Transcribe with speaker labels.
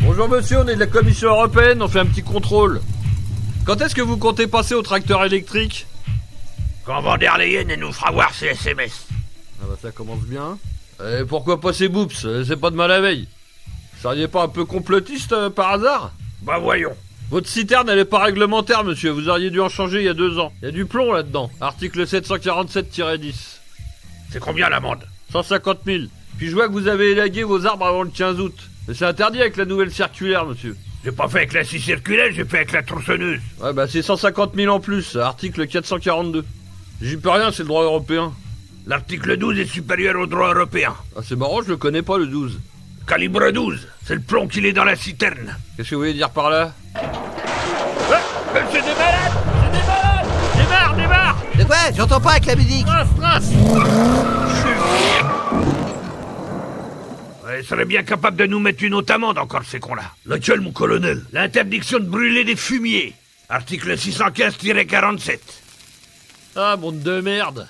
Speaker 1: Bonjour monsieur, on est de la Commission européenne, on fait un petit contrôle. Quand est-ce que vous comptez passer au tracteur électrique
Speaker 2: Quand Van der Leyen elle nous fera voir ses SMS.
Speaker 1: Ah bah ça commence bien. Et Eh, pourquoi pas ces boops euh, C'est pas de mal à veille. Vous seriez pas un peu complotiste euh, par hasard
Speaker 2: Bah voyons.
Speaker 1: Votre citerne elle est pas réglementaire monsieur, vous auriez dû en changer il y a deux ans. Il y a du plomb là-dedans. Article 747-10.
Speaker 2: C'est combien l'amende
Speaker 1: 150 000. Puis je vois que vous avez élagué vos arbres avant le 15 août. Mais c'est interdit avec la nouvelle circulaire, monsieur.
Speaker 2: J'ai pas fait avec la scie circulaire, j'ai fait avec la tronçonneuse.
Speaker 1: Ouais, bah c'est 150 000 en plus, article 442. J'y peux rien, c'est le droit européen.
Speaker 2: L'article 12 est supérieur au droit européen.
Speaker 1: Ah, c'est marrant, je le connais pas, le 12.
Speaker 2: Calibre 12, c'est le plomb qu'il est dans la citerne.
Speaker 1: Qu'est-ce que vous voulez dire par là
Speaker 2: Mais Euh, c'est des malades C'est des malades Démarre, démarre
Speaker 3: De quoi J'entends pas avec la musique.
Speaker 2: Trace, trace Ils seraient bien capables de nous mettre une autre amende encore, ces cons-là. Laquelle, mon colonel L'interdiction de brûler des fumiers. Article 615-47.
Speaker 1: Ah, monde de merde